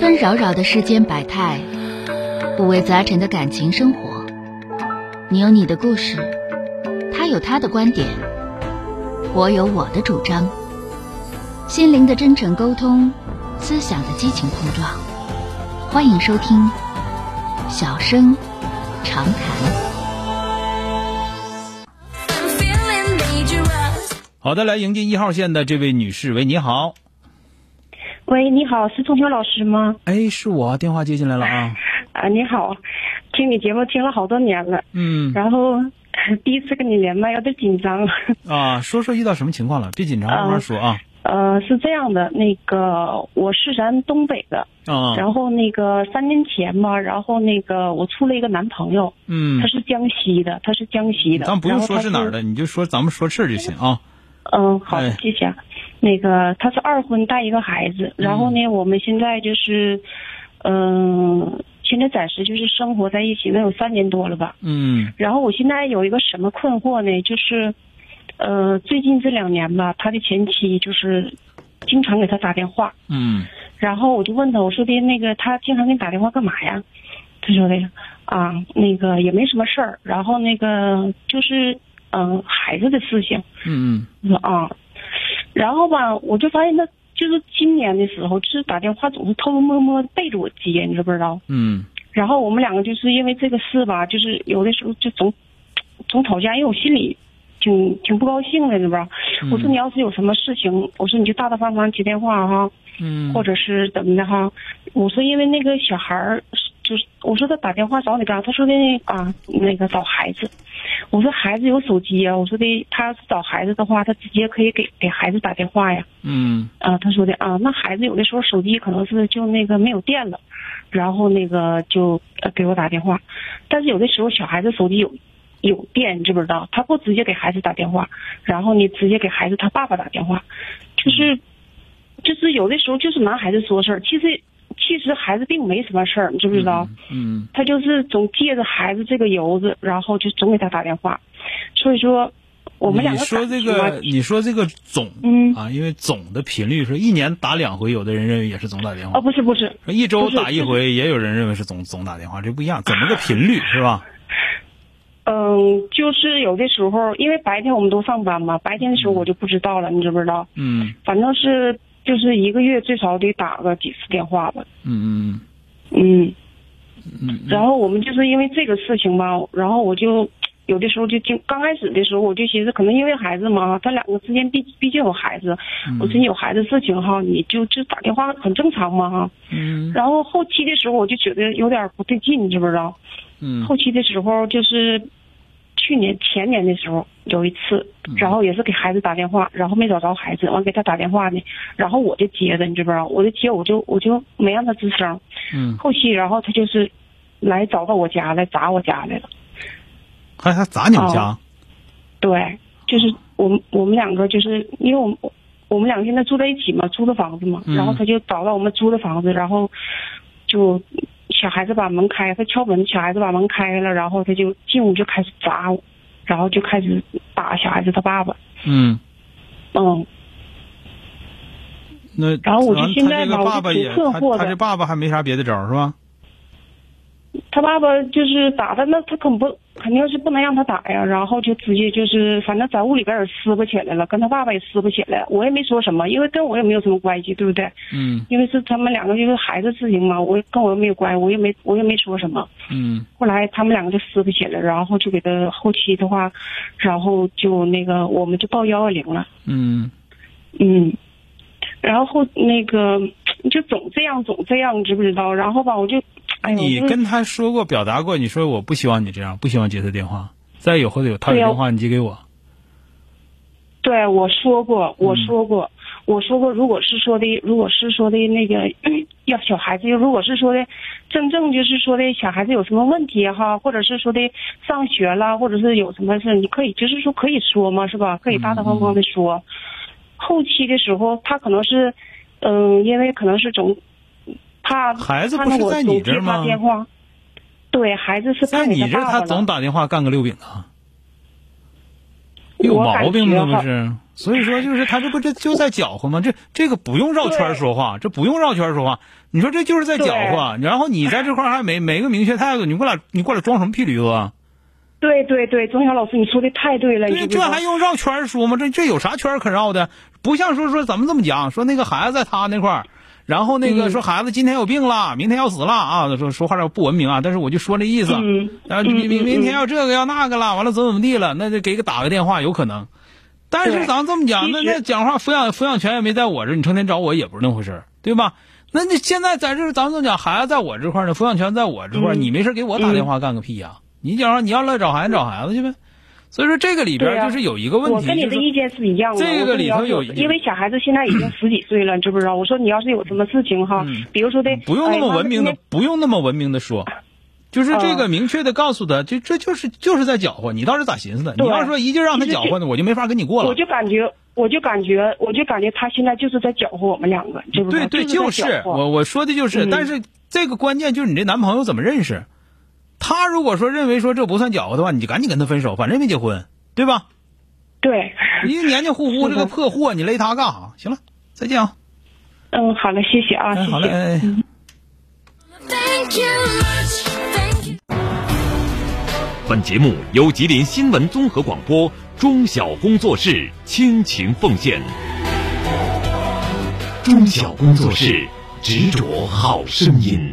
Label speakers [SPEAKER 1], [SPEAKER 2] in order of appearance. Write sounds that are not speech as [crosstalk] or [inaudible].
[SPEAKER 1] 纷扰扰的世间百态，五味杂陈的感情生活。你有你的故事，他有他的观点，我有我的主张。心灵的真诚沟通，思想的激情碰撞。欢迎收听《小声长谈》。
[SPEAKER 2] I'm feeling dangerous.
[SPEAKER 3] 好的，来迎接一号线的这位女士，喂，你好，
[SPEAKER 4] 喂，你好，是钟晓老师吗？
[SPEAKER 3] 哎，是我，电话接进来了啊，
[SPEAKER 4] 啊，你好，听你节目听了好多年了，
[SPEAKER 3] 嗯
[SPEAKER 4] 然后 [laughs] 第一次跟你连麦，有点紧张。 [laughs]
[SPEAKER 3] 啊，说说遇到什么情况了，别紧张，慢慢说啊，
[SPEAKER 4] 呃，是这样的，那个我是咱东北的，
[SPEAKER 3] 啊，
[SPEAKER 4] 然后那个三年前吧，然后那个我处了一个男朋友，
[SPEAKER 3] 嗯
[SPEAKER 4] 他，是江西的，他是江西的，
[SPEAKER 3] 咱不用
[SPEAKER 4] 然后
[SPEAKER 3] 说
[SPEAKER 4] 他
[SPEAKER 3] 是哪儿的，你就说咱们说事儿就行啊，
[SPEAKER 4] 嗯，好
[SPEAKER 3] 哎，
[SPEAKER 4] 谢谢啊。那个他是二婚带一个孩子，然后
[SPEAKER 3] 嗯
[SPEAKER 4] 呢，我们现在就是，嗯、现在暂时就是生活在一起，能有三年多了吧。
[SPEAKER 3] 嗯
[SPEAKER 4] 然后我现在有一个什么困惑呢？就是，呃，最近这两年吧，他的前妻就是经常给他打电话，
[SPEAKER 3] 嗯
[SPEAKER 4] 然后我就问他，我说的那个他经常给你打电话干嘛呀？他说的啊，那个也没什么事儿，然后那个就是嗯、呃孩子的事情。
[SPEAKER 3] 嗯
[SPEAKER 4] 我说啊，然后吧，我就发现他就是今年的时候，就是打电话总是偷偷摸摸背着我接，你知不知道？
[SPEAKER 3] 嗯
[SPEAKER 4] 然后我们两个就是因为这个事吧，就是有的时候就总总吵架，因为我心里挺挺不高兴的，你知不知道？
[SPEAKER 3] 嗯
[SPEAKER 4] 我说你要是有什么事情，我说你就大大方方接电话哈，
[SPEAKER 3] 嗯，
[SPEAKER 4] 或者是怎么的哈。我说因为那个小孩儿是，就是我说他打电话找你干啥？他说的啊，那个找孩子。我说孩子有手机啊，我说的他要是找孩子的话，他直接可以给给孩子打电话呀。
[SPEAKER 3] 嗯
[SPEAKER 4] 啊，他说的啊，那孩子有的时候手机可能是就那个没有电了，然后那个就呃给我打电话，但是有的时候小孩子手机有有电，你知不知道？他不直接给孩子打电话，然后呢直接给孩子他爸爸打电话，
[SPEAKER 3] 嗯
[SPEAKER 4] 就是就是有的时候就是拿孩子说事儿，其实其实孩子并没什么事儿，你知不知道？
[SPEAKER 3] 嗯
[SPEAKER 4] 他就是总借着孩子这个由子，然后就总给他打电话，所以说我们两
[SPEAKER 3] 你
[SPEAKER 4] 个
[SPEAKER 3] 说
[SPEAKER 4] 感
[SPEAKER 3] 这
[SPEAKER 4] 情啊
[SPEAKER 3] 个，你说这个总，
[SPEAKER 4] 嗯
[SPEAKER 3] 啊，因为总的频率是一年打两回，有的人认为也是总打电话
[SPEAKER 4] 哦，不是不是，
[SPEAKER 3] 说一周
[SPEAKER 4] 不是
[SPEAKER 3] 打一
[SPEAKER 4] 就是
[SPEAKER 3] 回，也有人认为是总总打电话，这不一样，怎么个频率是吧？
[SPEAKER 4] 嗯，就是有的时候，因为白天我们都上班嘛，白天的时候我就不知道了，你知不知道？
[SPEAKER 3] 嗯
[SPEAKER 4] 反正是就是一个月最少得打个几次电话吧。
[SPEAKER 3] 嗯
[SPEAKER 4] 嗯，
[SPEAKER 3] 嗯嗯嗯，
[SPEAKER 4] 然后我们就是因为这个事情吧，然后我就有的时候就经刚开始的时候我就寻思，可能因为孩子嘛，他两个之间毕毕竟有孩子，我说你有孩子事情哈，你就就打电话很正常嘛哈。
[SPEAKER 3] 嗯
[SPEAKER 4] 然后后期的时候我就觉得有点不对劲，你知不知道？
[SPEAKER 3] 嗯
[SPEAKER 4] 后期的时候就是去年前年的时候有一次，
[SPEAKER 3] 嗯
[SPEAKER 4] 然后也是给孩子打电话，然后没找着孩子，完给他打电话呢，然后我就接的，你知不知道？我就接，我就我就没让他吱声。
[SPEAKER 3] 嗯，
[SPEAKER 4] 后期然后他就是来找到我家来砸我家来了，
[SPEAKER 3] 还还砸你们
[SPEAKER 4] 哦
[SPEAKER 3] 家？
[SPEAKER 4] 对，就是我们我们两个就是因为我们。我们两个现在住在一起嘛，租的房子嘛，
[SPEAKER 3] 嗯
[SPEAKER 4] 然后他就找到我们租的房子，然后就小孩子把门开，他敲门，小孩子把门开了，然后他就进屋就开始砸我，然后就开始打小孩子他爸爸，
[SPEAKER 3] 嗯，
[SPEAKER 4] 嗯，
[SPEAKER 3] 那
[SPEAKER 4] 然后我就
[SPEAKER 3] 完
[SPEAKER 4] 现在
[SPEAKER 3] 他这个
[SPEAKER 4] 吧
[SPEAKER 3] 爸
[SPEAKER 4] 我就
[SPEAKER 3] 爸
[SPEAKER 4] 挺
[SPEAKER 3] 也
[SPEAKER 4] 困
[SPEAKER 3] 他
[SPEAKER 4] 惑
[SPEAKER 3] 他
[SPEAKER 4] 的
[SPEAKER 3] 这爸爸还没啥别的招儿是吧？
[SPEAKER 4] 他爸爸就是打他，那他肯不肯定是不能让他打呀，然后就直接就是反正在屋里边也撕巴起来了，跟他爸爸也撕巴起来了，我也没说什么，因为跟我也没有什么关系，对不对？
[SPEAKER 3] 嗯
[SPEAKER 4] 因为是他们两个就是孩子事情嘛，我也跟我又没有关系，我也没我也没说什么。
[SPEAKER 3] 嗯
[SPEAKER 4] 后来他们两个就撕不起来了，然后就给他后期的话，然后就那个我们就报幺二零了，
[SPEAKER 3] 嗯
[SPEAKER 4] 嗯，然后后那个就总这样总这样，你知不知道？然后吧，我就，哎呦，
[SPEAKER 3] 你
[SPEAKER 4] 我就
[SPEAKER 3] 跟他说过表达过，你说我不希望你这样，不希望接他电话，再有或者有他有
[SPEAKER 4] 对呀
[SPEAKER 3] 电话你接给我。
[SPEAKER 4] 对我说过，
[SPEAKER 3] 嗯
[SPEAKER 4] 我说过，我说过，如果是说的，如果是说的那个 [coughs] 要小孩子，如果是说的真正就是说的小孩子有什么问题哈，或者是说的上学了，或者是有什么事，你可以就是说可以说嘛，是吧？可以大大方方的
[SPEAKER 3] 嗯
[SPEAKER 4] 说。后期的时候，他可能是，嗯、因为可能是总怕
[SPEAKER 3] 孩子
[SPEAKER 4] 怕
[SPEAKER 3] 不是
[SPEAKER 4] 那我
[SPEAKER 3] 在你
[SPEAKER 4] 总
[SPEAKER 3] 这儿
[SPEAKER 4] 接他
[SPEAKER 3] 吗
[SPEAKER 4] 电话对孩子是怕
[SPEAKER 3] 在
[SPEAKER 4] 给
[SPEAKER 3] 你这儿
[SPEAKER 4] 爸爸
[SPEAKER 3] 他
[SPEAKER 4] 了
[SPEAKER 3] 总打电话干个六饼啊。有
[SPEAKER 4] 我
[SPEAKER 3] 毛
[SPEAKER 4] 感
[SPEAKER 3] 病
[SPEAKER 4] 觉
[SPEAKER 3] 吗？不
[SPEAKER 4] 哈
[SPEAKER 3] 是，所以说就是他这不这就在搅和吗？这这个不用绕圈儿说话，这不用绕圈儿说话。你说这就是在搅和，然后你在这块儿还没没个明确态度，你过来你过来装什么屁驴子啊？
[SPEAKER 4] 对对对，钟晓老师，你说的太对了，你
[SPEAKER 3] 对，
[SPEAKER 4] 知不知
[SPEAKER 3] 这
[SPEAKER 4] 道
[SPEAKER 3] 还用绕圈儿说吗？这这有啥圈儿可绕的？不像说说咱们这么讲，说那个孩子在他那块儿，然后那
[SPEAKER 4] 嗯
[SPEAKER 3] 个说孩子今天有病了，明天要死了啊，说说话这不文明啊，但是我就说这意思，
[SPEAKER 4] 嗯
[SPEAKER 3] 然后啊明
[SPEAKER 4] 嗯
[SPEAKER 3] 明
[SPEAKER 4] 嗯
[SPEAKER 3] 明天要这个要那个了，完了怎么怎么地了，那就给个打个电话有可能。但是
[SPEAKER 4] 对
[SPEAKER 3] 咱这么讲，
[SPEAKER 4] 其
[SPEAKER 3] 那
[SPEAKER 4] 实
[SPEAKER 3] 那讲话抚养抚养权也没在我这儿，你成天找我也不是那回事儿，对吧？那你现在在这儿，咱们这么讲，孩子在我这块儿呢，抚养权在我这块儿，
[SPEAKER 4] 嗯
[SPEAKER 3] 你没事给我打电话干个屁呀、你讲话你要乐意找孩子找孩子去呗。所以说这个里边
[SPEAKER 4] 对啊
[SPEAKER 3] 就是有一个问
[SPEAKER 4] 我
[SPEAKER 3] 题，
[SPEAKER 4] 跟你
[SPEAKER 3] 就
[SPEAKER 4] 的
[SPEAKER 3] 是
[SPEAKER 4] 意见是一样的。
[SPEAKER 3] 这
[SPEAKER 4] 我
[SPEAKER 3] 个
[SPEAKER 4] 说你
[SPEAKER 3] 里
[SPEAKER 4] 要
[SPEAKER 3] 头
[SPEAKER 4] 是
[SPEAKER 3] 有一
[SPEAKER 4] 因为小孩子现在已经十几岁了，你知不知道？我说你要是有什么事情哈，
[SPEAKER 3] 嗯
[SPEAKER 4] 比如说的，
[SPEAKER 3] 不用那
[SPEAKER 4] 哎妈嗯
[SPEAKER 3] 么文明
[SPEAKER 4] 今
[SPEAKER 3] 的，
[SPEAKER 4] 天
[SPEAKER 3] 不用那么文明的说，就是这个明确的告诉他，就这就是就是在搅和。你倒是咋寻思的？你
[SPEAKER 4] 对
[SPEAKER 3] 要说一劲让他
[SPEAKER 4] 其实
[SPEAKER 3] 搅
[SPEAKER 4] 这
[SPEAKER 3] 和呢，我就没法跟你过了
[SPEAKER 4] 我。就感觉，我就感觉，我就感觉他现在就是在搅和我们两个，你知不知
[SPEAKER 3] 对
[SPEAKER 4] 道？
[SPEAKER 3] 对，
[SPEAKER 4] 就
[SPEAKER 3] 就是
[SPEAKER 4] 在
[SPEAKER 3] 是
[SPEAKER 4] 搅和
[SPEAKER 3] 我我说的就是，
[SPEAKER 4] 嗯
[SPEAKER 3] 但是这个关键就是你这男朋友怎么认识？他如果说认为说这不算搅和的话，你就赶紧跟他分手，反正没结婚，对吧？
[SPEAKER 4] 对，
[SPEAKER 3] 你黏黏糊糊
[SPEAKER 4] 哎是的
[SPEAKER 3] 这个破货，你勒他干啥？行了，再见啊！
[SPEAKER 4] 嗯，好了，谢谢啊，
[SPEAKER 3] 哎，
[SPEAKER 4] 谢
[SPEAKER 3] 好嘞，
[SPEAKER 4] 谢。
[SPEAKER 3] 哎。哎
[SPEAKER 2] Thank you much, thank you.
[SPEAKER 5] 本节目由吉林新闻综合广播中小工作室倾情奉献。中小工作室执着好声音。